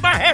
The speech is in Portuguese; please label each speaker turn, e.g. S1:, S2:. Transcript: S1: da